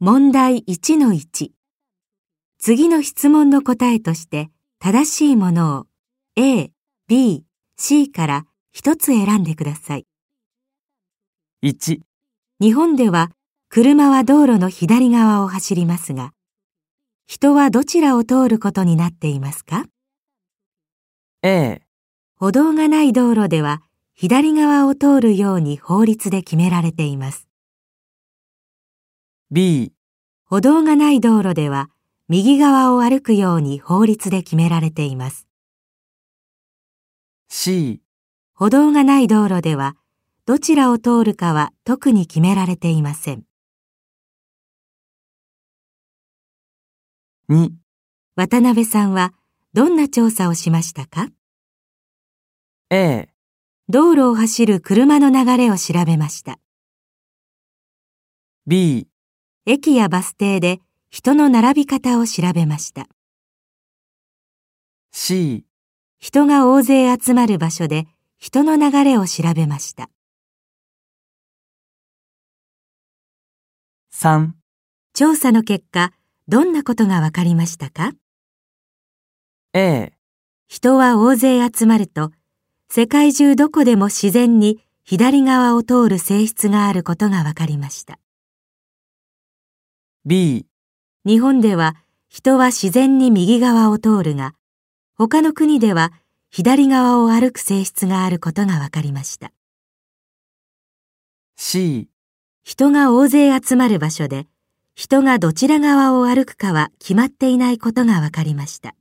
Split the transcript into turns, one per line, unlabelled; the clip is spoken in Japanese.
問題1-1次の質問の答えとして正しいものを A、B、C から一つ選んでください。
1、
日本では車は道路の左側を走りますが、人はどちらを通ることになっていますか
A、
歩道がない道路では左側を通るように法律で決められています。
B、
歩道がない道路では右側を歩くように法律で決められています。
C、
歩道がない道路ではどちらを通るかは特に決められていません。
2、
渡辺さんはどんな調査をしましたか
A、
道路を走る車の流れを調べました。
B、
駅やバス停で人の並び方を調べました。
C、
人が大勢集まる場所で人の流れを調べました。
3、
調査の結果、どんなことがわかりましたか
A、
人は大勢集まると、世界中どこでも自然に左側を通る性質があることがわかりました。
B、
日本では人は自然に右側を通るが、他の国では左側を歩く性質があることがわかりました。
C、
人が大勢集まる場所で、人がどちら側を歩くかは決まっていないことがわかりました。